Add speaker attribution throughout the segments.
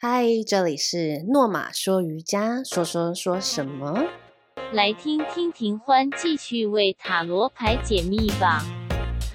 Speaker 1: 嗨，这里是诺玛说瑜伽，说说说什么？
Speaker 2: 来听听庭欢继续为塔罗牌解密吧。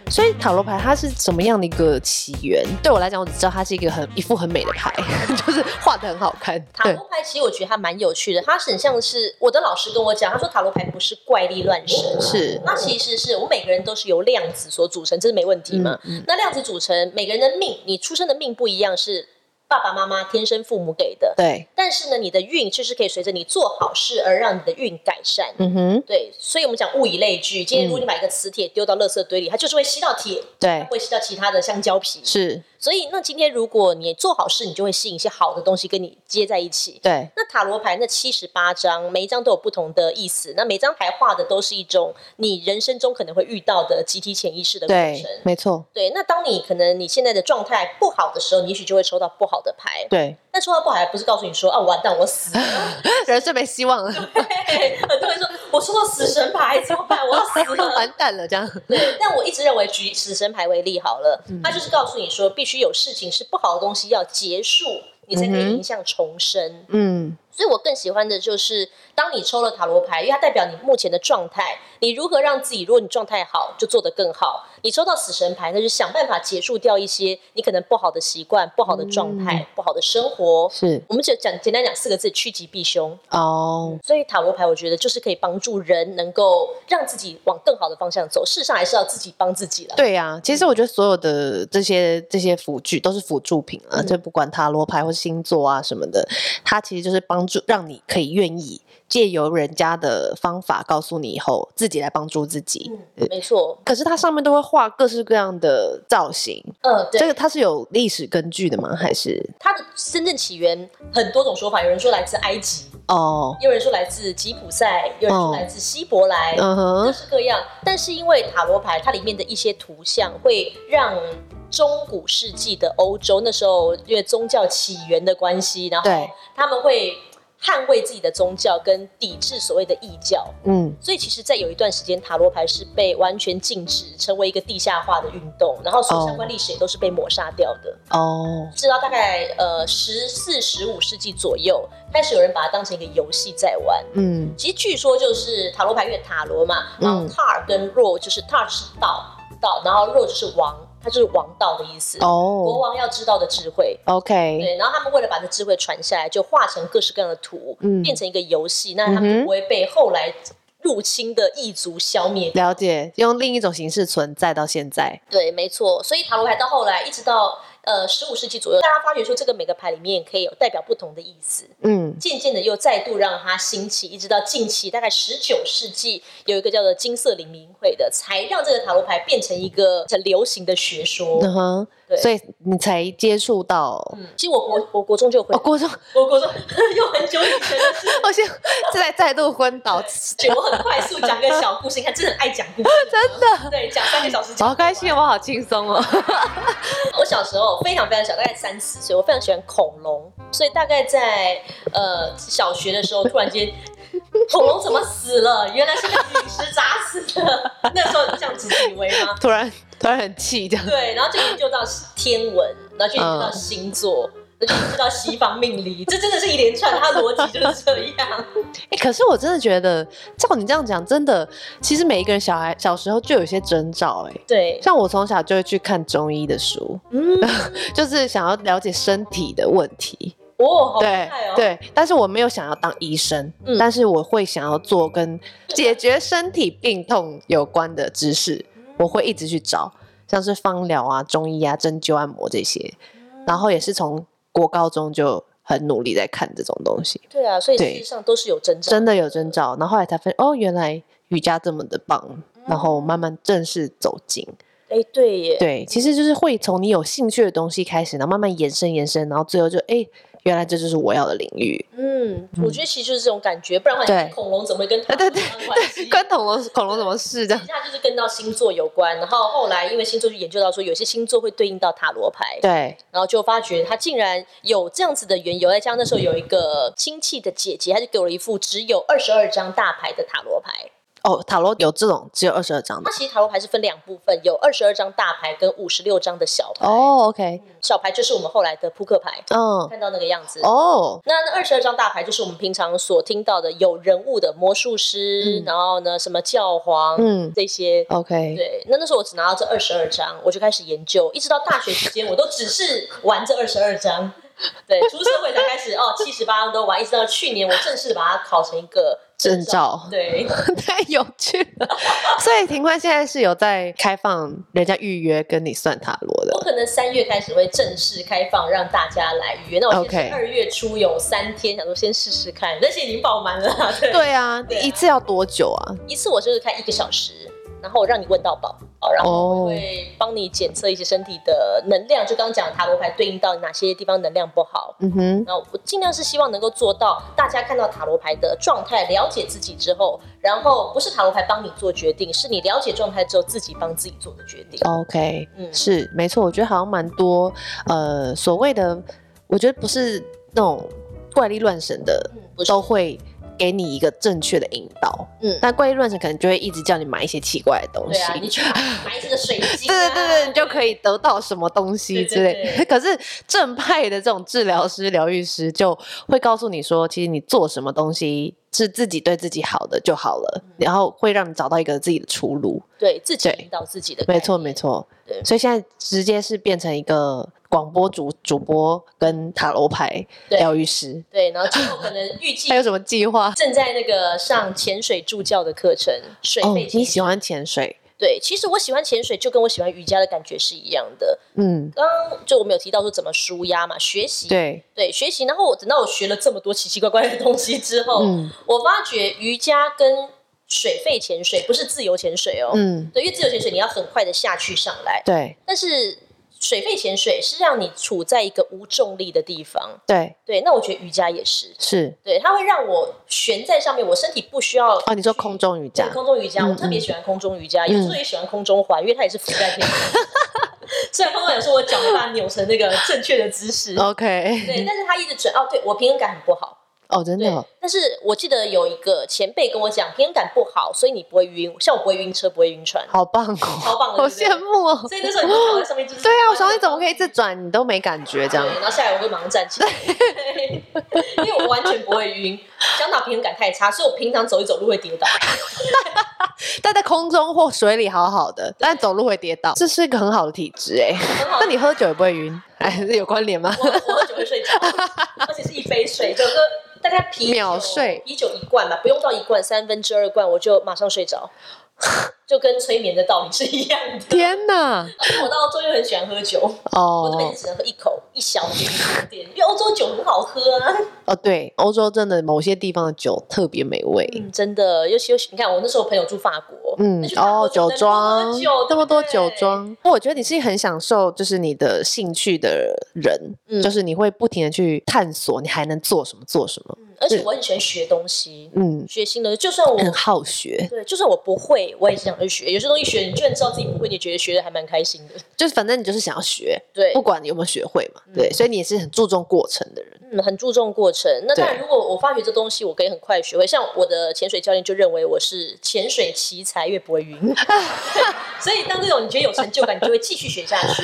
Speaker 3: 所以塔罗牌它是怎么样的一个起源？对我来讲，我只知道它是一个很一副很美的牌， 就是画的很好看。
Speaker 4: 塔
Speaker 3: 对
Speaker 4: 罗牌其实我觉得它蛮有趣的，它很像是我的老师跟我讲，他说塔罗牌不是怪力乱神，
Speaker 3: 是
Speaker 4: 那其实是我每个人都是由量子所组成，这是没问题
Speaker 3: 嗯
Speaker 4: 嘛？那量子组成每个人的命，你出生的命不一样，是爸爸妈妈天生父母给的，
Speaker 3: 对，
Speaker 4: 但是呢，你的运就是可以随着你做好事而让你的运改善。
Speaker 3: 嗯哼，
Speaker 4: 对，所以我们讲物以类聚。今天如果你把一个磁铁丢到垃圾堆里，它就是会吸到铁，
Speaker 3: 对，
Speaker 4: 会吸到其他的橡胶皮。
Speaker 3: 是，
Speaker 4: 所以，那今天如果你做好事，你就会吸引一些好的东西跟你接在一起。
Speaker 3: 对，
Speaker 4: 那塔罗牌那七十八张，每一张都有不同的意思。那每张牌画的都是一种你人生中可能会遇到的集体潜意识的过
Speaker 3: 对
Speaker 4: 程。，
Speaker 3: 没错，
Speaker 4: 对，那当你可能你现在的状态不好的时候，你也许就会抽到不好的牌。
Speaker 3: 对，
Speaker 4: 但抽到不好的牌不是告诉你说啊完蛋我死了，
Speaker 3: 人生没希望了，
Speaker 4: 对很多人说我抽到死神牌怎么办？我要死了。
Speaker 3: 完蛋了，这样。
Speaker 4: 对，但我一直认为举死神牌为例好了，它就是告诉你说，必须有事情是不好的东西要结束，你才可以迎向重生。
Speaker 3: 嗯，
Speaker 4: 所以我更喜欢的就是，当你抽了塔罗牌，因为它代表你目前的状态，你如何让自己，如果你状态好，就做得更好。你抽到死神牌，那就想办法结束掉一些你可能不好的习惯、不好的状
Speaker 3: 嗯
Speaker 4: 态、不好的生活。
Speaker 3: 是
Speaker 4: 我们只讲简单讲四个字：趋吉避凶。
Speaker 3: 哦，
Speaker 4: 所以塔罗牌，我觉得就是可以帮助人能够让自己往更好的方向走。事实上，还是要自己帮自己啦。
Speaker 3: 对呀、其实我觉得所有的这些这些辅具都是辅助品啊，
Speaker 4: 嗯
Speaker 3: 就不管塔罗牌或星座啊什么的，它其实就是帮助让你可以愿意借由人家的方法告诉你以后，自己来帮助自己。
Speaker 4: 嗯，没错，
Speaker 3: 可是它上面都会画各式各样的造型，
Speaker 4: 嗯，对，
Speaker 3: 这个它是有历史根据的吗？还是
Speaker 4: 它的真正起源很多种说法，有人说来自埃及，
Speaker 3: 哦，
Speaker 4: 有人说来自吉普赛，有人说来自希伯来，
Speaker 3: 嗯
Speaker 4: 各
Speaker 3: 哼，
Speaker 4: 式各样。但是因为塔罗牌它里面的一些图像，会让中古世纪的欧洲那时候因为宗教起源的关系，然后
Speaker 3: 对，
Speaker 4: 他们会捍卫自己的宗教，跟抵制所谓的异教。
Speaker 3: 嗯，
Speaker 4: 所以其实，在有一段时间，塔罗牌是被完全禁止，成为一个地下化的运动，然后所有相关历史也都是被抹杀掉的。
Speaker 3: 哦，
Speaker 4: 直到大概呃十四、十五世纪左右，开始有人把它当成一个游戏在玩。
Speaker 3: 嗯，
Speaker 4: 其实据说就是塔罗牌，因为塔罗嘛，然后
Speaker 3: 嗯
Speaker 4: tar 跟 ro 就是 tar 是道道，然后 ro 就是王，它就是王道的意思，国
Speaker 3: 哦
Speaker 4: 王要知道的智慧。
Speaker 3: ，OK，
Speaker 4: 对，然后他们为了把这智慧传下来，就画成各式各样的图，
Speaker 3: 嗯
Speaker 4: 变成一个游戏，那他们
Speaker 3: 嗯哼
Speaker 4: 就不会被后来入侵的异族消灭掉。
Speaker 3: 了解，用另一种形式存在到现在，
Speaker 4: 对，没错。所以塔罗牌到后来一直到呃十五世纪左右，大家发觉出这个每个牌里面可以有代表不同的意思，
Speaker 3: 嗯，
Speaker 4: 渐渐的又再度让它兴起，一直到近期大概十九世纪有一个叫做金色灵明会的，才让这个塔罗牌变成一个很流行的学说。
Speaker 3: 嗯哼，
Speaker 4: 对
Speaker 3: 所以你才接触到，
Speaker 4: 嗯，其实我国我国中就会，
Speaker 3: 哦，郭总，
Speaker 4: 我国中 又很久以前的事。
Speaker 3: 我现在再度昏倒，
Speaker 4: 对我很快速讲个小故事，你看真的很爱讲故事， 真的，对，讲三个小时，
Speaker 3: 好开心哦，我好轻松哦，
Speaker 4: 我小时候非常非常小，大概三四岁，我非常喜欢恐龙，所以大概在呃小学的时候，突然间恐龙怎么死了？原来是被陨石砸死的。那时候你这样子以为吗？
Speaker 3: 突然突然很气这样，
Speaker 4: 对，然后就研究到天文，然后就研究到
Speaker 3: 嗯
Speaker 4: 星座。然后就研究到西方命理，这真的是一连串，它的逻辑就是这样。
Speaker 3: 哎、可是我真的觉得，照你这样讲，真的，其实每一个人小孩小时候就有一些征兆、哎。
Speaker 4: 对，
Speaker 3: 像我从小就会去看中医的书，
Speaker 4: 嗯，
Speaker 3: 就是想要了解身体的问题。
Speaker 4: 哦，好厉
Speaker 3: 对
Speaker 4: 害哦，，
Speaker 3: 对，但是我没有想要当医生，
Speaker 4: 嗯
Speaker 3: 但是我会想要做跟解决身体病痛有关的知识，我会一直去找，像是芳疗啊、中医啊、针灸、按摩这些，
Speaker 4: 嗯
Speaker 3: 然后也是从国高中就很努力在看这种东西，
Speaker 4: 对啊，所以
Speaker 3: 对
Speaker 4: 事实上都是有征兆，
Speaker 3: 真的有征兆，然后后来才发现哦，原来瑜伽这么的棒，
Speaker 4: 嗯
Speaker 3: 然后慢慢正式走进。
Speaker 4: 哎，对耶，
Speaker 3: 对，其实就是会从你有兴趣的东西开始，然后慢慢延伸延伸，然后最后就哎、诶原来这就是我要的领域。
Speaker 4: 嗯，我觉得其实就是这种感觉，不然的话，
Speaker 3: 对
Speaker 4: 你恐龙怎么会跟塔
Speaker 3: 啊，
Speaker 4: 罗
Speaker 3: 对
Speaker 4: 有
Speaker 3: 对
Speaker 4: 关关系
Speaker 3: 对，？跟恐龙恐龙什么事这样
Speaker 4: 底？下就是跟到星座有关，然后后来因为星座去研究到说，有些星座会对应到塔罗牌，
Speaker 3: 对，
Speaker 4: 然后就发觉它竟然有这样子的缘由。再加上那时候有一个亲戚的姐姐，她就给我了一副只有二十二张大牌的塔罗牌，
Speaker 3: 哦，塔罗有这种只有二十二张的
Speaker 4: 它其实塔罗牌是分两部分，有二十二张大牌跟五十六张的小牌。
Speaker 3: 哦，OK，
Speaker 4: 小牌就是我们后来的扑克牌，
Speaker 3: 嗯，
Speaker 4: 看到那个样子。
Speaker 3: 哦，
Speaker 4: 那那二十二张大牌就是我们平常所听到的有人物的魔术师，
Speaker 3: 嗯
Speaker 4: 然后呢什么教皇、
Speaker 3: 嗯
Speaker 4: 这些。
Speaker 3: ，OK，
Speaker 4: 对，那那时候我只拿到这二十二张，我就开始研究，一直到大学期间，我都只是玩这二十二张。对，出社会才开始哦，七十八张都玩，一直到去年我正式把它考成一个
Speaker 3: 证。照
Speaker 4: 对，
Speaker 3: 太有趣了。所以庭宽现在是有在开放人家预约跟你算塔罗
Speaker 4: 我
Speaker 3: 的，
Speaker 4: 可能三月开始会正式开放，让大家来预约。那我现
Speaker 3: OK
Speaker 4: 在二月初有三天，想说先试试看，而且已经爆满了啦。对，
Speaker 3: 对啊，
Speaker 4: 对啊
Speaker 3: 一次要多久啊？
Speaker 4: 一次我就是开一个小时，然后我让你问到饱，哦，然后
Speaker 3: 哦，
Speaker 4: 会帮你检测一些身体的能量，就刚刚讲塔罗牌对应到哪些地方能量不好。
Speaker 3: 嗯哼，
Speaker 4: 然后我尽量是希望能够做到，大家看到塔罗牌的状态，了解自己之后，然后不是塔罗牌帮你做决定，是你了解状态之后自己帮自己做的决定。
Speaker 3: OK，
Speaker 4: 嗯
Speaker 3: 是没错，我觉得好像蛮多呃所谓的，我觉得不是那种怪力乱神的，
Speaker 4: 嗯，不是
Speaker 3: 都会给你一个正确的引导。
Speaker 4: 嗯
Speaker 3: 但怪力乱神可能就会一直叫你买一些奇怪的东
Speaker 4: 对
Speaker 3: 西。
Speaker 4: 啊，你去买这 个水晶、
Speaker 3: 对
Speaker 4: 啊，
Speaker 3: 对对对，你就可以得到什么东西
Speaker 4: 对
Speaker 3: 之
Speaker 4: 对
Speaker 3: 类。
Speaker 4: 对
Speaker 3: 可是正派的这种治疗师、疗愈师就会告诉你说，其实你做什么东西是自己对自己好的就好
Speaker 4: 嗯
Speaker 3: 了，然后会让你找到一个自己的出路。
Speaker 4: 对自己
Speaker 3: 对
Speaker 4: 引导自己的，
Speaker 3: 没错，没。错
Speaker 4: 对。
Speaker 3: 所以现在直接是变成一个广播主主播跟塔罗牌
Speaker 4: 对
Speaker 3: 疗愈师，
Speaker 4: 对，然后之后可能预计
Speaker 3: 还有什么计划？
Speaker 4: 正在那个上潜水助教的课程，水
Speaker 3: 哦
Speaker 4: 费，潜
Speaker 3: 你
Speaker 4: 水
Speaker 3: 喜欢潜水？
Speaker 4: 对，其实我喜欢潜水，就跟我喜欢瑜伽的感觉是一样的。
Speaker 3: 嗯，
Speaker 4: 刚刚就我们有提到说怎么舒压嘛，学习
Speaker 3: 对，
Speaker 4: 对学习。然后我等到我学了这么多奇奇怪怪的东西之后，
Speaker 3: 嗯
Speaker 4: 我发觉瑜伽跟水肺潜水不是自由潜水哦，
Speaker 3: 嗯，
Speaker 4: 对，因为自由潜水你要很快的下去上来，
Speaker 3: 对
Speaker 4: 但是水肺潜水是让你处在一个无重力的地方。
Speaker 3: 对
Speaker 4: 对，那我觉得瑜伽也是，
Speaker 3: 是。
Speaker 4: 对，它会让我悬在上面，我身体不需要
Speaker 3: 哦，你说
Speaker 4: 去
Speaker 3: 空中瑜
Speaker 4: 对
Speaker 3: 伽？
Speaker 4: 空中瑜伽，
Speaker 3: 嗯
Speaker 4: 我特别喜欢空中瑜伽，
Speaker 3: 嗯
Speaker 4: 有时候也喜欢空中环，因为它也是覆盖天空。 虽然空中有时候我脚没办法扭成那个正确的姿
Speaker 3: 哦
Speaker 4: 势，
Speaker 3: OK，
Speaker 4: 对，但是它一直转。哦，对我平衡感很不好。
Speaker 3: 哦，嗯真
Speaker 4: 对
Speaker 3: 的哦，，
Speaker 4: 但是我记得有一个前辈跟我讲，平衡感不好，所以你不会晕，像我不会晕车，不会晕船，
Speaker 3: 好棒哦，
Speaker 4: 超棒的，
Speaker 3: 好
Speaker 4: 对不对
Speaker 3: 羡。慕哦。
Speaker 4: 所以那时候你就躺在上面就是
Speaker 3: 对啊，我想你怎么可以一直转，你都没感觉这样
Speaker 4: 对，？然后下来我会马上站起来，因为我完全不会晕，香港平衡感太差，所以我平常走一走路会跌倒。
Speaker 3: 但在空中或水里好好的，但走路会跌倒，这是一个很好的体质哎。
Speaker 4: 很好
Speaker 3: 那你喝酒也不会晕，还是有关联吗？
Speaker 4: 我我喝酒会睡 着，而且是一杯水，就是大概啤酒
Speaker 3: 秒睡
Speaker 4: 啤酒一罐吧，不用到一罐，三分之二罐我就马上睡着， 就跟催眠的道理是一样的。
Speaker 3: 天哪！
Speaker 4: 我到欧洲又很喜欢喝酒，我这辈
Speaker 3: 哦
Speaker 4: 子只能喝一口一小点一点，因为欧洲酒很好喝啊。
Speaker 3: 哦，对，欧洲真的某些地方的酒特别美味。
Speaker 4: 嗯，真的，尤其尤其你看，我那时候朋友住法国，
Speaker 3: 嗯
Speaker 4: 那去，法国
Speaker 3: 哦，
Speaker 4: 只能
Speaker 3: 酒
Speaker 4: 喝
Speaker 3: 庄
Speaker 4: 酒
Speaker 3: 那
Speaker 4: 对不
Speaker 3: 么多酒
Speaker 4: 对
Speaker 3: 庄，我觉得你是很享受，就是你的兴趣的人，
Speaker 4: 嗯
Speaker 3: 就是你会不停的去探索，你还能做什么做什么，
Speaker 4: 嗯而且我很喜欢学东西，
Speaker 3: 嗯，
Speaker 4: 学新的，就算我
Speaker 3: 很好学，
Speaker 4: 对，就算我不会，我也想去学。有些东西学，你居然知道自己不会，你也觉得学的还蛮开心的。
Speaker 3: 就是反正你就是想要学，
Speaker 4: 对
Speaker 3: 不，管你有没有学会嘛，对，所以你也是很注重过程的人，
Speaker 4: 嗯，很注重过程。那当然，
Speaker 3: 对
Speaker 4: 如果我发觉这东西，我可以很快学会。像我的潜水教练就认为我是潜水奇才，越不会晕。 所以当这种你觉得有成就感，你就会继续学下去。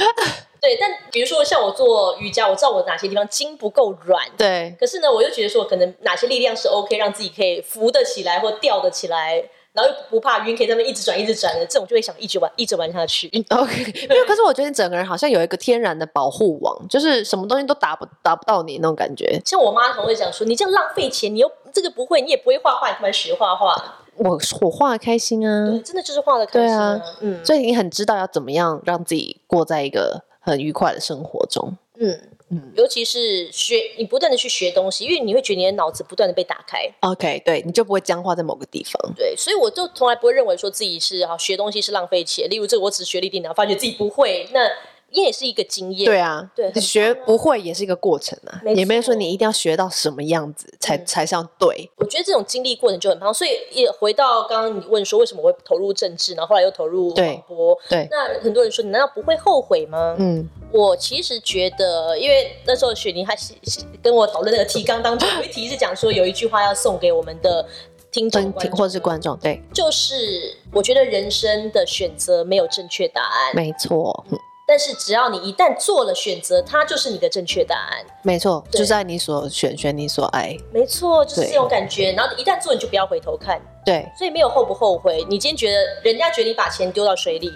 Speaker 4: 对，但比如说像我做瑜伽，我知道我哪些地方筋不够软，
Speaker 3: 对，
Speaker 4: 可是呢，我又觉得说可能哪些力量是 OK，让自己可以浮得起来或吊得起来，然后又不怕晕，可以在那边一直转一直转的，这种就会想一直玩一直玩下去。
Speaker 3: 嗯 OK，没有。 可是我觉得你整个人好像有一个天然的保护网，就是什么东西都打不打不到你那种感觉。
Speaker 4: 像我妈常会讲说，你这样浪费钱，你又这个不会，你也不会画画，你干嘛学画画？
Speaker 3: 我我画得开心啊
Speaker 4: 对，，真的就是画的开心、
Speaker 3: 对啊
Speaker 4: 嗯，
Speaker 3: 所以你很知道要怎么样让自己过在一个很愉快的生活中。
Speaker 4: 嗯
Speaker 3: 嗯
Speaker 4: 嗯，尤其是学，你不断的去学东西，因为你会觉得你的脑子不断的被打开。
Speaker 3: OK，对，你就不会僵化在某个地方。
Speaker 4: 对，所以我就从来不会认为说自己是啊学东西是浪费钱。例如这个我只学了一点，然后发觉自己不会，那你也是一个经验。
Speaker 3: 对啊，
Speaker 4: 对
Speaker 3: 你学不会也是一个过程啊，
Speaker 4: 没
Speaker 3: 也没有说
Speaker 4: 错
Speaker 3: 你一定要学到什么样子才、
Speaker 4: 嗯
Speaker 3: 才算对。
Speaker 4: 我觉得这种经历过程就很棒。所以也回到刚刚你问说为什么我会投入政治，然后后来又投入
Speaker 3: 对
Speaker 4: 广播。
Speaker 3: 对，
Speaker 4: 那很多人说，你难道不会后悔吗？
Speaker 3: 嗯，
Speaker 4: 我其实觉得，因为那时候雪妮还是是跟我讨论那个提纲当中，有一题是讲说有一句话要送给我们的听众
Speaker 3: 分
Speaker 4: 观众啊
Speaker 3: 或是观众， 对，
Speaker 4: 就是我觉得人生的选择没有正确答案，
Speaker 3: 没错，嗯
Speaker 4: 但是只要你一旦做了选择，它就是你的正确答案。
Speaker 3: 没错，
Speaker 4: 对
Speaker 3: 就是爱你所选，选你所爱，
Speaker 4: 没错，就是
Speaker 3: 对
Speaker 4: 这种感觉。然后一旦做，你就不要回头看，
Speaker 3: 对，
Speaker 4: 所以没有后不后悔。你今天觉得人家觉得你把钱丢到水里，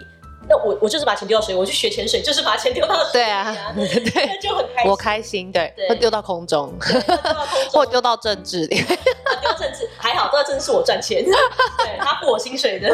Speaker 4: 那我我就是把钱丢到水里，我去学潜水就是把钱丢到水
Speaker 3: 对
Speaker 4: 里
Speaker 3: 啊，
Speaker 4: 那
Speaker 3: 对，
Speaker 4: 就很开心。啊
Speaker 3: 我开心，对
Speaker 4: 对，
Speaker 3: 会丢到空中，
Speaker 4: 丢到空 中
Speaker 3: 或丢到政治里，
Speaker 4: 丢到 政治，还好，丢到政治是我赚 钱，对他付我薪水的。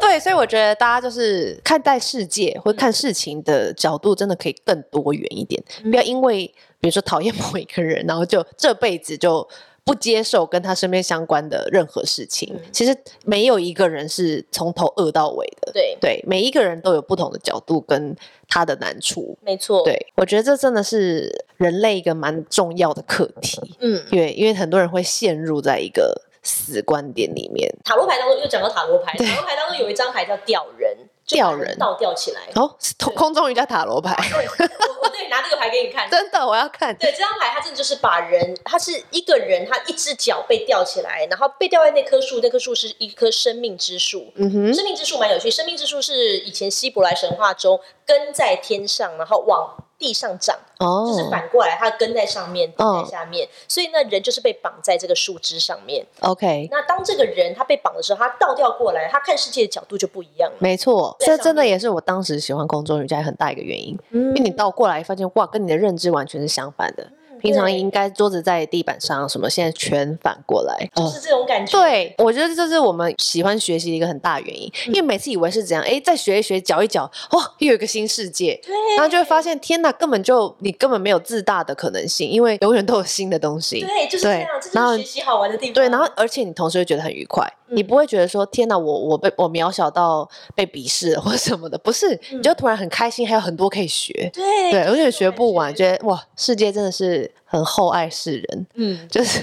Speaker 3: 对，所以我觉得大家就是看待世界
Speaker 4: 嗯
Speaker 3: 或看事情的角度，真的可以更多元一点，
Speaker 4: 嗯
Speaker 3: 不要因为比如说讨厌某一个人，然后就这辈子就不接受跟他身边相关的任何事情。
Speaker 4: 嗯
Speaker 3: 其实没有一个人是从头恶到尾的，
Speaker 4: 对，
Speaker 3: 对，每一个人都有不同的角度跟他的难处。
Speaker 4: 没错，，
Speaker 3: 对，我觉得这真的是人类一个蛮重要的课题，
Speaker 4: 嗯。
Speaker 3: 因为因为很多人会陷入在一个死观点里面。
Speaker 4: 塔罗牌当中又讲到塔罗牌，塔罗牌当中有一张牌叫吊人，就把
Speaker 3: 吊人
Speaker 4: 倒吊起来。
Speaker 3: 哦，是空空中瑜伽塔罗牌，
Speaker 4: 我我对拿这个牌给你看。
Speaker 3: 真的我要看。
Speaker 4: 对，这张牌它真的就是把人，它是一个人，他一只脚被吊起来，然后被吊在那棵树，那棵树是一棵生命之树。
Speaker 3: 嗯哼，
Speaker 4: 生命之树蛮有趣，生命之树是以前希伯来神话中根在天上，然后往地上长，就是
Speaker 3: 哦
Speaker 4: 反过来，它根在上面，地
Speaker 3: 哦
Speaker 4: 在下面，所以呢，人就是被绑在这个树枝上面。
Speaker 3: ，OK，
Speaker 4: 那当这个人他被绑的时候，他倒吊过来，他看世界的角度就不一样了。
Speaker 3: 没错，
Speaker 4: 在
Speaker 3: 这
Speaker 4: 上
Speaker 3: 真的
Speaker 4: 面
Speaker 3: 也是我当时喜欢空中瑜伽很大一个原因，
Speaker 4: 嗯嗯
Speaker 3: 因为你倒过来发现，哇，跟你的认知完全是相反的。平常
Speaker 4: 对
Speaker 3: 应该桌子在地板上，什么现在全反过来，哦
Speaker 4: 就是这种感觉。
Speaker 3: 对，我觉得这是我们喜欢学习的一个很大原因，因
Speaker 4: 嗯
Speaker 3: 为每次以为是这样，哎，再学一学，搅一搅，哇，又有一个新世界，然后就会发现，天哪，根本就你根本没有自大的可能性，因为永远都有新的东西。
Speaker 4: 对，就是这
Speaker 3: 对
Speaker 4: 样，这
Speaker 3: 然
Speaker 4: 就
Speaker 3: 后
Speaker 4: 是学习好玩的地方。
Speaker 3: 对，然后而且你同时会觉得很愉快，你不会觉得说天哪，我我被我渺小到被鄙视了或什么的，不是，你就突然很开心，还有很多可以学。
Speaker 4: 对
Speaker 3: 嗯对，而且学不完，
Speaker 4: 完，
Speaker 3: 觉得哇，世界真的是很厚爱世人，
Speaker 4: 嗯，
Speaker 3: 就是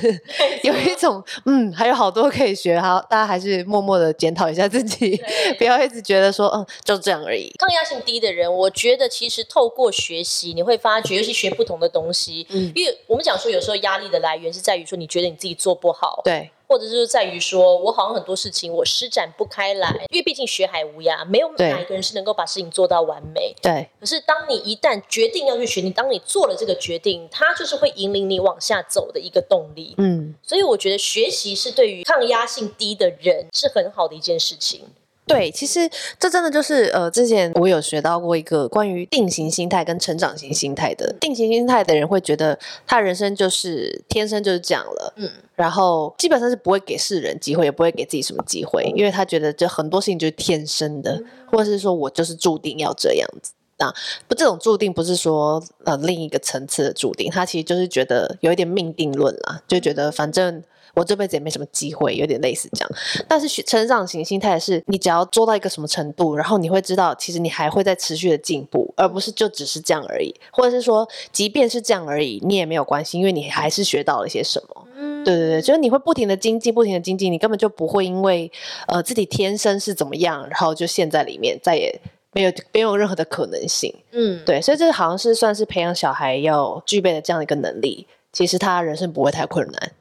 Speaker 3: 有一种嗯，还有好多可以学，好，大家还是默默的检讨一下自己， 不要一直觉得说嗯就这样而已。
Speaker 4: 抗压性低的人，我觉得其实透过学习，你会发觉，尤其学不同的东西，
Speaker 3: 嗯
Speaker 4: 因为我们讲说，有时候压力的来源是在于说，你觉得你自己做不好，
Speaker 3: 对，
Speaker 4: 或者是在于说我好像很多事情我施展不开来，因为毕竟学海无涯，没有
Speaker 3: 对
Speaker 4: 哪一个人是能够把事情做到完美。
Speaker 3: 对，
Speaker 4: 可是，当你一旦决定要去学，你当你做了这个决定，它就是会引领你往下走的一个动力。
Speaker 3: 嗯，
Speaker 4: 所以我觉得学习是对于抗压性低的人是很好的一件事情。
Speaker 3: 对，其实这真的就是呃，之前我有学到过一个关于定型心态跟成长型心态的。定型心态的人会觉得他人生就是天生就是这样了，
Speaker 4: 嗯，
Speaker 3: 然后基本上是不会给世人机会，也不会给自己什么机会，因为他觉得这很多事情就是天生的，或者是说我就是注定要这样子。啊，不，这种注定不是说呃另一个层次的注定，他其实就是觉得有一点命定论啦，就觉得反正我这辈子也没什么机会，有点类似这样。但是学成长型心态是你只要做到一个什么程度，然后你会知道，其实你还会在持续的进步，而不是就只是这样而已，或者是说，即便是这样而已，你也没有关系，因为你还是学到了一些什么。对对对，就是你会不停的精进，不停的精进，你根本就不会因为呃自己天生是怎么样，然后就陷在里面，再也没有没有任何的可能性。
Speaker 4: 嗯，
Speaker 3: 对，所以这好像是算是培养小孩要具备的这样一个能力。其实他人生不会太困难，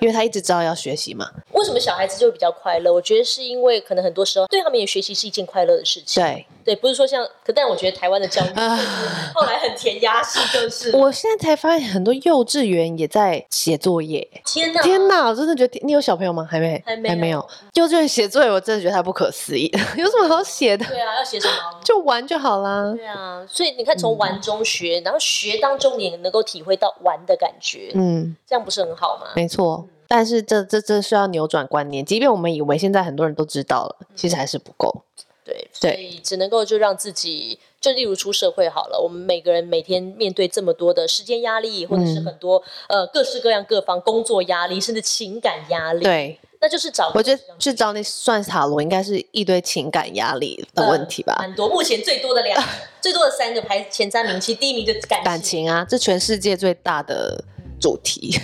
Speaker 3: 因为他一直知道要学习嘛。
Speaker 4: 为什么小孩子就会比较快乐？我觉得是因为可能很多时候对他们也学习是一件快乐的事情。
Speaker 3: 对，
Speaker 4: 对，不是说像，可但我觉得台湾的教育
Speaker 3: 啊
Speaker 4: 就是后来很填鸭式，就是
Speaker 3: 我现在才发现，很多幼稚园也在写作业。
Speaker 4: 天哪，
Speaker 3: 天哪，我真的觉得你有小朋友吗？还没，
Speaker 4: 嗯还没有
Speaker 3: 有。幼稚园写作业，我真的觉得它不可思议， 有什么好写的？
Speaker 4: 对啊，要写什么？
Speaker 3: 就玩就好啦。
Speaker 4: 对啊，所以你看，从玩中学，然后学当中你能够体会到玩的感觉，
Speaker 3: 嗯，
Speaker 4: 这样不是很好吗？
Speaker 3: 没错。但是这这这是要扭转观念，即便我们以为现在很多人都知道了，其实还是不够。
Speaker 4: 对，所
Speaker 3: 对
Speaker 4: 以只能够就让自己，就例如出社会好了，我们每个人每天面对这么多的时间压力，或者是
Speaker 3: 嗯
Speaker 4: 很多、呃各式各样各方工作压力，甚至情感压力，，
Speaker 3: 对，
Speaker 4: 那就是找
Speaker 3: 我觉得去找你算塔罗，应该是一堆情感压力的问题吧。
Speaker 4: 呃蛮多，目前最多的 两最多的三个排前三名，其实第一名就是感
Speaker 3: 感情啊，这全世界最大的主题。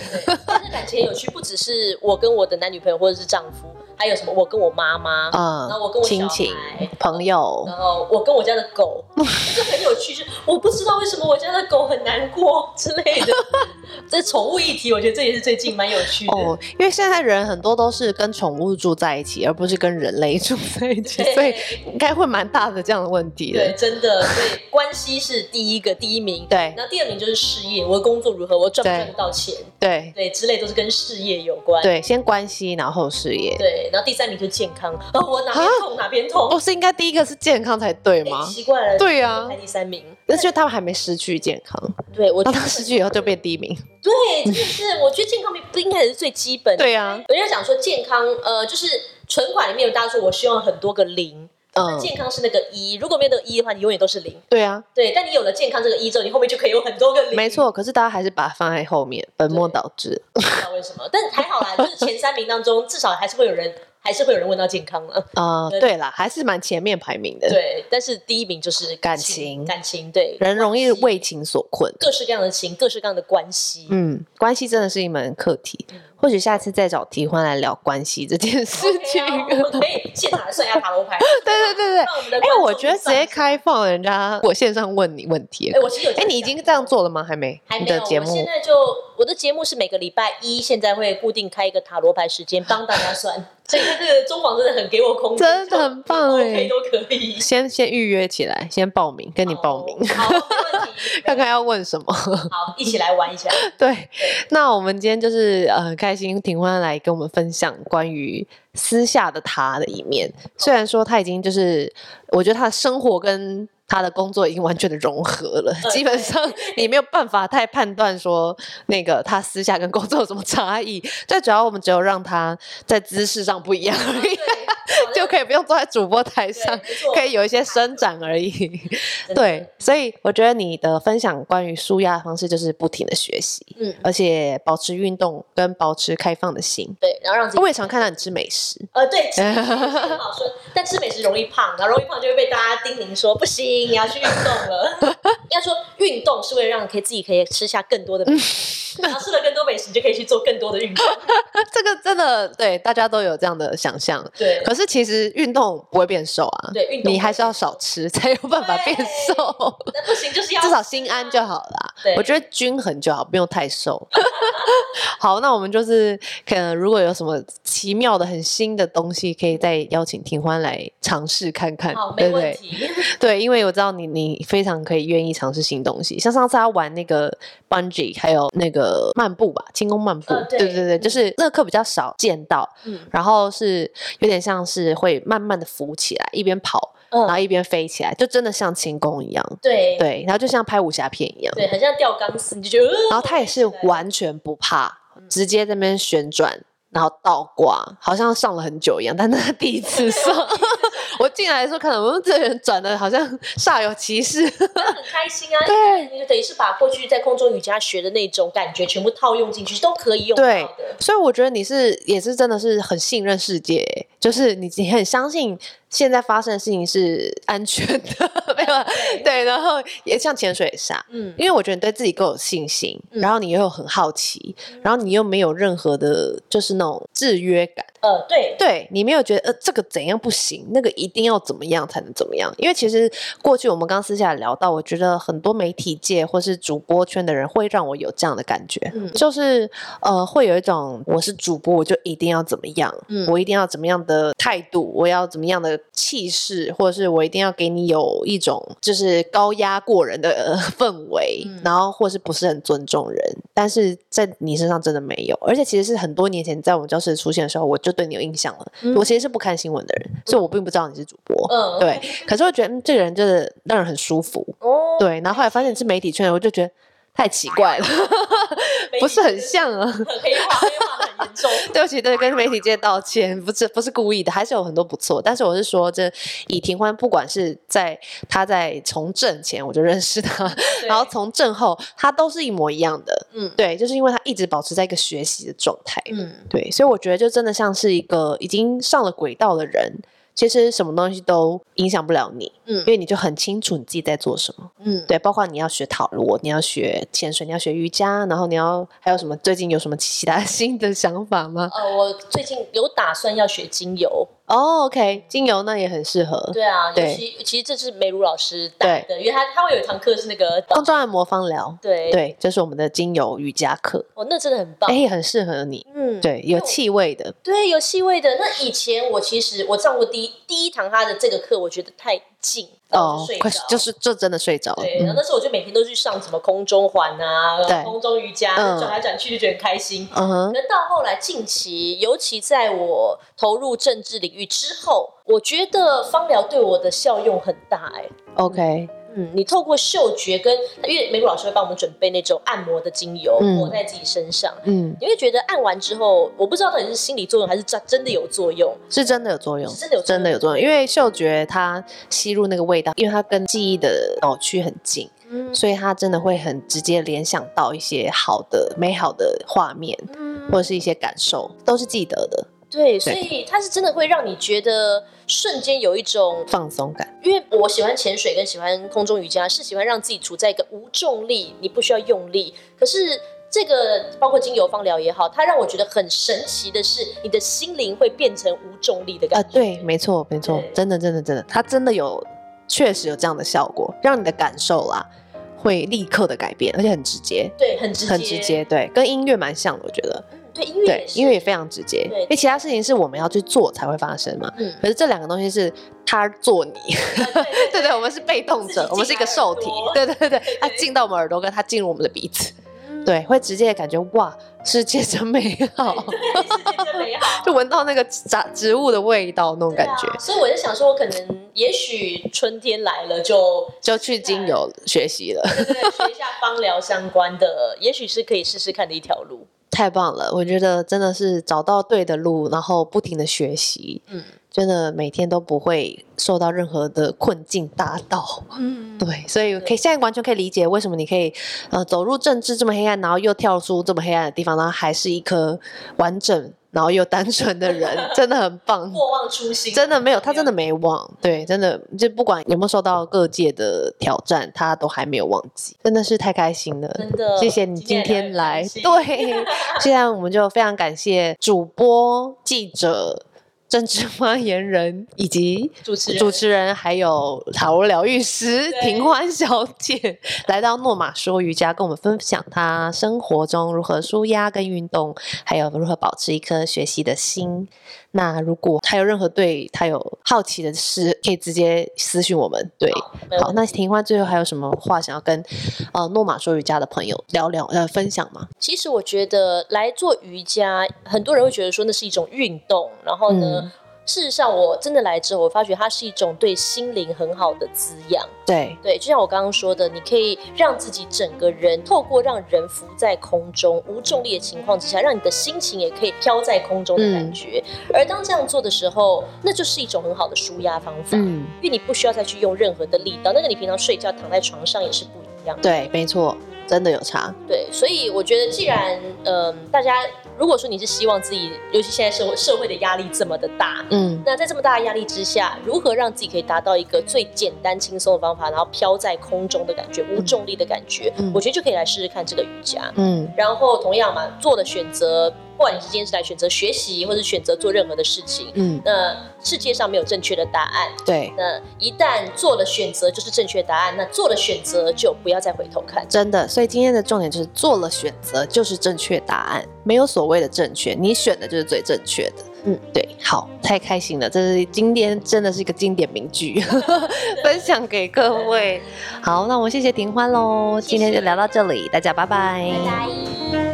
Speaker 4: 但是感情很有趣，不只是我跟我的男女朋友或者是丈夫，还有什么我跟我妈妈，
Speaker 3: 嗯
Speaker 4: 然后我跟我小
Speaker 3: 亲
Speaker 4: 孩
Speaker 3: 情、朋友，
Speaker 4: 然后我跟我家的 狗，就是很有趣，就是我不知道为什么我家的狗很难过之类的。 这宠物议题，我觉得这也是最近蛮有趣的。
Speaker 3: 哦，因为现在人很多都是跟宠物住在一起，而不是跟人类住在一起，
Speaker 4: 对
Speaker 3: 所以应该会蛮大的这样的问题
Speaker 4: 对，
Speaker 3: 的。
Speaker 4: 真的，所以关系是第一个第一名。
Speaker 3: 对
Speaker 4: 然后第二名就是事业，我的工作如何，我赚不
Speaker 3: 对
Speaker 4: 赚得到钱，
Speaker 3: 对
Speaker 4: 对之类都是跟事业有关。
Speaker 3: 对，先关系，然后事业。
Speaker 4: 对然后第三名就是健康，哦，我哪边
Speaker 3: 啊
Speaker 4: 痛哪边痛
Speaker 3: 哦，，是应该第一个是健康才对
Speaker 4: 哎
Speaker 3: 吗？
Speaker 4: 奇怪了，
Speaker 3: 对啊
Speaker 4: 排第三名。
Speaker 3: 那就他们还没失去健康，
Speaker 4: 对，我
Speaker 3: 当
Speaker 4: 觉得
Speaker 3: 他失去以后就变第一名。
Speaker 4: 对，这就是我觉得健康不应该是最基本的。
Speaker 3: 对啊，
Speaker 4: 人家讲说健康，呃，就是存款里面有大家说我希望很多个零，那
Speaker 3: 嗯，
Speaker 4: 健康是那个一，如果没有那个一的话，你永远都是零。
Speaker 3: 对啊，
Speaker 4: 对，但你有了健康这个一之后，你后面就可以有很多个零。
Speaker 3: 没错。可是大家还是把它放在后面，本末
Speaker 4: 对
Speaker 3: 倒置。
Speaker 4: 不知道为什么，但还好啦，就是前三名当中，至少还是会有人，还是会有人问到健康了。
Speaker 3: 啊，
Speaker 4: 对
Speaker 3: 对啦，还是蛮前面排名的。
Speaker 4: 对，但是第一名就是情，
Speaker 3: 感情
Speaker 4: 感情对，
Speaker 3: 人容易
Speaker 4: 关系
Speaker 3: 为情所困。
Speaker 4: 各式各样的情，各式各样的关系。
Speaker 3: 嗯，关系真的是一门课题。或许下次再找提欢来聊关系这件事
Speaker 4: 嗯 OK
Speaker 3: 情。
Speaker 4: 啊我们可以现场来算一下塔罗牌。
Speaker 3: 对对对对
Speaker 4: 让我们的
Speaker 3: 哎、
Speaker 4: 观众
Speaker 3: 我觉得直接开放人家，我线上问你问题。
Speaker 4: 哎，我其实有
Speaker 3: 哎、
Speaker 4: 样
Speaker 3: 你已经这样做了吗？还没？
Speaker 4: 还
Speaker 3: 你
Speaker 4: 没有，
Speaker 3: 的节
Speaker 4: 我现
Speaker 3: 目
Speaker 4: 在就我的节目是每个礼拜一，现在会固定开一个塔罗牌时间帮大家算，所以这个中广真的很给我空间，
Speaker 3: 真的很棒哎
Speaker 4: ，OK 都可以，
Speaker 3: 先先预约起来，先报名，跟你报名，，
Speaker 4: 好，好没问题
Speaker 3: 看看要问什么。
Speaker 4: 好，一起来玩一下，
Speaker 3: 对，那我们今天就是呃很开心，庭欢来跟我们分享关于私下的他的一面。虽然说他已经就是，我觉得他的生活跟他的工作已经完全的融合了，
Speaker 4: 呃
Speaker 3: 基本
Speaker 4: 对
Speaker 3: 上你没有办法太判断说那个他私下跟工作有什么差异。最主要我们只有让他在姿势上不一样而已，
Speaker 4: 对，
Speaker 3: 就可以不用坐在主播台
Speaker 4: 对
Speaker 3: 上
Speaker 4: 没错，
Speaker 3: 可以有一些伸展而已。
Speaker 4: 真的
Speaker 3: 对，，所以我觉得你的分享关于舒压的方式就是不停的学习，
Speaker 4: 嗯
Speaker 3: 而且保持运动跟保持开放的心。
Speaker 4: 对，然后让自己。
Speaker 3: 我也常看到你吃美食，
Speaker 4: 呃，对，吃美食很好说，但吃美食容易胖，然后容易胖就会被大家叮咛说不行，你要去运动了。 应该说，运动是为了让你可以自己可以吃下更多的美 食，然后吃了更多美食，你就可以去做更多的运动。
Speaker 3: 这个真的对大家都有这样的想象。
Speaker 4: 对，
Speaker 3: 可是其实运动不会变瘦啊，
Speaker 4: 对运动
Speaker 3: 你还是要少吃 才有办法变瘦，
Speaker 4: 那不行就是要
Speaker 3: 至少心安就好啦
Speaker 4: 对。
Speaker 3: 我觉得均衡就好，不用太瘦。 好，那我们就是可能如果有什么奇妙的、很新的东西，可以再邀请庭欢来尝试看看
Speaker 4: 好，，
Speaker 3: 对
Speaker 4: 没
Speaker 3: 不
Speaker 4: 问
Speaker 3: 对？
Speaker 4: 题。
Speaker 3: 对，因为我知道你，你非常可以愿意尝试新东西。像上次他玩那个 bungee，还有那个漫步吧，轻功漫步，
Speaker 4: 呃对
Speaker 3: 对对对，就是那个课比较少见到，
Speaker 4: 嗯
Speaker 3: 然后是有点像是会慢慢的浮起来，一边跑，然后
Speaker 4: 嗯，
Speaker 3: 一边飞起来，就真的像轻功一样，
Speaker 4: 对
Speaker 3: 对，然后就像拍武侠片一样，
Speaker 4: 对，很像吊钢丝，你就觉得。
Speaker 3: 然后他也是
Speaker 4: 呃
Speaker 3: 完全不怕，
Speaker 4: 嗯
Speaker 3: 直接在那边旋转。然后倒挂，好像上了很久一样，但他第一次上。 我进来的时候看到，我嗯们这人转的好像煞有其事。
Speaker 4: 很开心啊。
Speaker 3: 对
Speaker 4: 你就等于是把过去在空中瑜伽学的那种感觉全部套用进去，都可以用到
Speaker 3: 对
Speaker 4: 的。
Speaker 3: 所以我觉得你是也是真的是很信任世界欸，就是你你很相信现在发生的事情是安全的， 没有啊对，然后也像潜水鲨。
Speaker 4: 嗯，
Speaker 3: 因为我觉得你对自己够有信心，
Speaker 4: 嗯
Speaker 3: 然后你又很好奇，然后你又没有任何的，就是那种制约感，
Speaker 4: 呃，对，
Speaker 3: 对你没有觉得呃这个怎样不行，那个一定要怎么样才能怎么样？因为其实过去我们刚私下聊到，我觉得很多媒体界或是主播圈的人会让我有这样的感觉，
Speaker 4: 嗯
Speaker 3: 就是呃会有一种我是主播我就一定要怎么样，
Speaker 4: 嗯
Speaker 3: 我一定要怎么样的态度，我要怎么样的气势，或者是我一定要给你有一种就是高压过人的、 呃氛围，
Speaker 4: 嗯
Speaker 3: 然后或是不是很尊重人，但是在你身上真的没有，而且其实是很多年前在我们教室出现的时候，我就对你有印象了。
Speaker 4: 嗯
Speaker 3: 我其实是不看新闻的人，所以我并不知道你是主播。
Speaker 4: 嗯，
Speaker 3: 对，可是我觉得、嗯这个人就是让人很舒服，
Speaker 4: 哦，
Speaker 3: 对。然后后来发现你是媒体圈的，我就觉得太奇怪了，
Speaker 4: 媒体
Speaker 3: 不是很
Speaker 4: 真的
Speaker 3: 像啊。
Speaker 4: 很黑化，黑化的很严重。
Speaker 3: 对不起，对，跟媒体界道歉，不是不是故意的，还是有很多不错。但是我是说，这以庭欢，不管是在他在从政前我就认识他，
Speaker 4: 嗯 对
Speaker 3: 然后从政后他都是一模一样的。
Speaker 4: 嗯
Speaker 3: 对，就是因为他一直保持在一个学习的状态。
Speaker 4: 嗯，
Speaker 3: 对，所以我觉得就真的像是一个已经上了轨道的人。其实什么东西都影响不了你，
Speaker 4: 嗯
Speaker 3: 因为你就很清楚你自己在做什么，
Speaker 4: 嗯
Speaker 3: 对，包括你要学塔罗，你要学潜水，你要学瑜伽，然后你要还有什么？ 最近有什么其他新的想法吗？
Speaker 4: 呃，我最近有打算要学精油，
Speaker 3: 哦，OK，精油那也很适合。
Speaker 4: 对啊，尤
Speaker 3: 对
Speaker 4: 其其实这是美如老师带的，因为他他会有一堂课是那个
Speaker 3: 光照按摩芳疗，
Speaker 4: 对，
Speaker 3: 对，这是我们的精油瑜伽课，
Speaker 4: 哦，那真的很棒。
Speaker 3: 哎，很适合你。
Speaker 4: 嗯，
Speaker 3: 对，有气味的，
Speaker 4: 对，有气味的。那以前我其实我上过第一第一堂他的这个课，我觉得太近，然后
Speaker 3: 哦
Speaker 4: 睡，
Speaker 3: 快
Speaker 4: 着
Speaker 3: 就是就真的睡着了。
Speaker 4: 对，然后
Speaker 3: 嗯
Speaker 4: 那时候我就每天都去上什么空中环啊，
Speaker 3: 对
Speaker 4: 空中瑜伽，
Speaker 3: 嗯
Speaker 4: 转来转去就觉得很开心。
Speaker 3: 嗯哼，
Speaker 4: 可到后来近期，尤其在我投入政治领域之后，我觉得芳疗对我的效用很大、哎，
Speaker 3: OK，
Speaker 4: 嗯，你透过嗅觉跟，因为美国老师会帮我们准备那种按摩的精油，
Speaker 3: 嗯
Speaker 4: 抹在自己身上。
Speaker 3: 嗯，
Speaker 4: 你会觉得按完之后，我不知道到底是心理作用还是真真的有作用。
Speaker 3: 是真的有作用，
Speaker 4: 是真的有作用
Speaker 3: 真的有作用，因为嗅觉它吸入那个味道，因为它跟记忆的脑区很近，
Speaker 4: 嗯
Speaker 3: 所以它真的会很直接联想到一些好的、美好的画面，
Speaker 4: 嗯
Speaker 3: 或者是一些感受，都是记得的，
Speaker 4: 对，所以它是真的会让你觉得瞬间有一种，
Speaker 3: 放松感。
Speaker 4: 因为我喜欢潜水跟喜欢空中瑜伽，是喜欢让自己处在一个无重力，你不需要用力。可是这个包括精油芳疗也好，它让我觉得很神奇的是，你的心灵会变成无重力的
Speaker 3: 啊、
Speaker 4: 感觉。
Speaker 3: 对，没错，没错
Speaker 4: 对，
Speaker 3: 真的，真的，真的，它真的有，确实有这样的效果，让你的感受啦会立刻的改变，而且很直接，
Speaker 4: 对，很直接，
Speaker 3: 很直接，对，跟音乐蛮像的，我觉得。
Speaker 4: 嗯。对，音乐
Speaker 3: 对
Speaker 4: 也，是
Speaker 3: 因为也非常直接
Speaker 4: 对，
Speaker 3: 因为其他事情是我们要去做才会发生嘛。
Speaker 4: 嗯，
Speaker 3: 可是这两个东西是他做你，
Speaker 4: 对
Speaker 3: 对对，我们是被动
Speaker 4: 自己
Speaker 3: 者，我们是一个
Speaker 4: 进来
Speaker 3: 受体
Speaker 4: 耳朵，
Speaker 3: 对对对对
Speaker 4: 对，
Speaker 3: 他进到我们耳朵，跟他进入我们的鼻子，
Speaker 4: 嗯
Speaker 3: 对，会直接地感觉哇，世界真美好，
Speaker 4: 对，世界真美好。
Speaker 3: 就闻到那个杂植物的味道那种感觉
Speaker 4: 对啊，所以我在想说，我可能也许春天来了就
Speaker 3: 就去精油学习了，
Speaker 4: 对对对学一下芳疗相关的，也许是可以试试看的一条路。
Speaker 3: 太棒了！我觉得真的是找到对的路，然后不停的学习，
Speaker 4: 嗯
Speaker 3: 真的每天都不会受到任何的困境打倒。
Speaker 4: 嗯，
Speaker 3: 对，所以可以现在完全可以理解为什么你可以呃走入政治这么黑暗，然后又跳出这么黑暗的地方，然后还是一颗完整然后又单纯的人，真的很 棒。
Speaker 4: 莫忘初心，
Speaker 3: 真的没有，他真的没忘，对，真的就不管有没有受到各界的挑战，他都还没有忘记，真的是太开心了，
Speaker 4: 真的
Speaker 3: 谢谢你今天来，
Speaker 4: 呃今天来
Speaker 3: 对，现在我们就非常感谢主播、记者、政治 发言人以及
Speaker 4: 主持人
Speaker 3: 主持人还有塔罗疗愈师
Speaker 4: 对
Speaker 3: 庭欢小姐来到诺玛说瑜伽，跟我们分享她生活中如何舒压跟运动，还有如何保持一颗学习的心。那如果她有任何对她有好奇的事，可以直接私讯我们。对，
Speaker 4: 没有
Speaker 3: 好，那庭欢最后还有什么话想要跟呃诺玛说瑜伽的朋友聊聊呃分享吗？
Speaker 4: 其实我觉得来做瑜伽，很多人会觉得说那是一种运动，然后呢，
Speaker 3: 嗯
Speaker 4: 事实上我真的来之后，我发觉它是一种对心灵很好的滋养。
Speaker 3: 对，
Speaker 4: 对，就像我刚刚说的，你可以让自己整个人透过让人浮在空中、无重力的情况之下，让你的心情也可以飘在空中的
Speaker 3: 嗯
Speaker 4: 感觉。而当这样做的时候，那就是一种很好的舒压方法，
Speaker 3: 嗯，
Speaker 4: 因为你不需要再去用任何的力道，那跟你平常睡觉躺在床上也是不一样的。
Speaker 3: 对，没错，真的有差。
Speaker 4: 对，所以我觉得，既然嗯、大家如果说你是希望自己，尤其现在社会社会的压力这么的大，
Speaker 3: 嗯，
Speaker 4: 那在这么大的压力之下，如何让自己可以达到一个最简单轻松的方法，然后飘在空中的感觉，无重力的感觉，
Speaker 3: 嗯
Speaker 4: 我觉得就可以来试试看这个瑜伽。
Speaker 3: 嗯，
Speaker 4: 然后同样嘛，做了选择，不管你今天是来选择学习，或是选择做任何的事情，
Speaker 3: 嗯，
Speaker 4: 那世界上没有正确的答案。
Speaker 3: 对，
Speaker 4: 那一旦做了选择，就是正确答案。那做了选择，就不要再回头看。
Speaker 3: 真的，所以今天的重点就是做了选择就是正确答案，没有所谓的正确，你选的就是最正确的。嗯
Speaker 4: 嗯，
Speaker 3: 对，好，太开心了，这是今天真的是一个经典名句， 分享给各位。好，那我们谢谢庭欢喽，今天就聊到这里，大家拜拜
Speaker 4: 拜拜。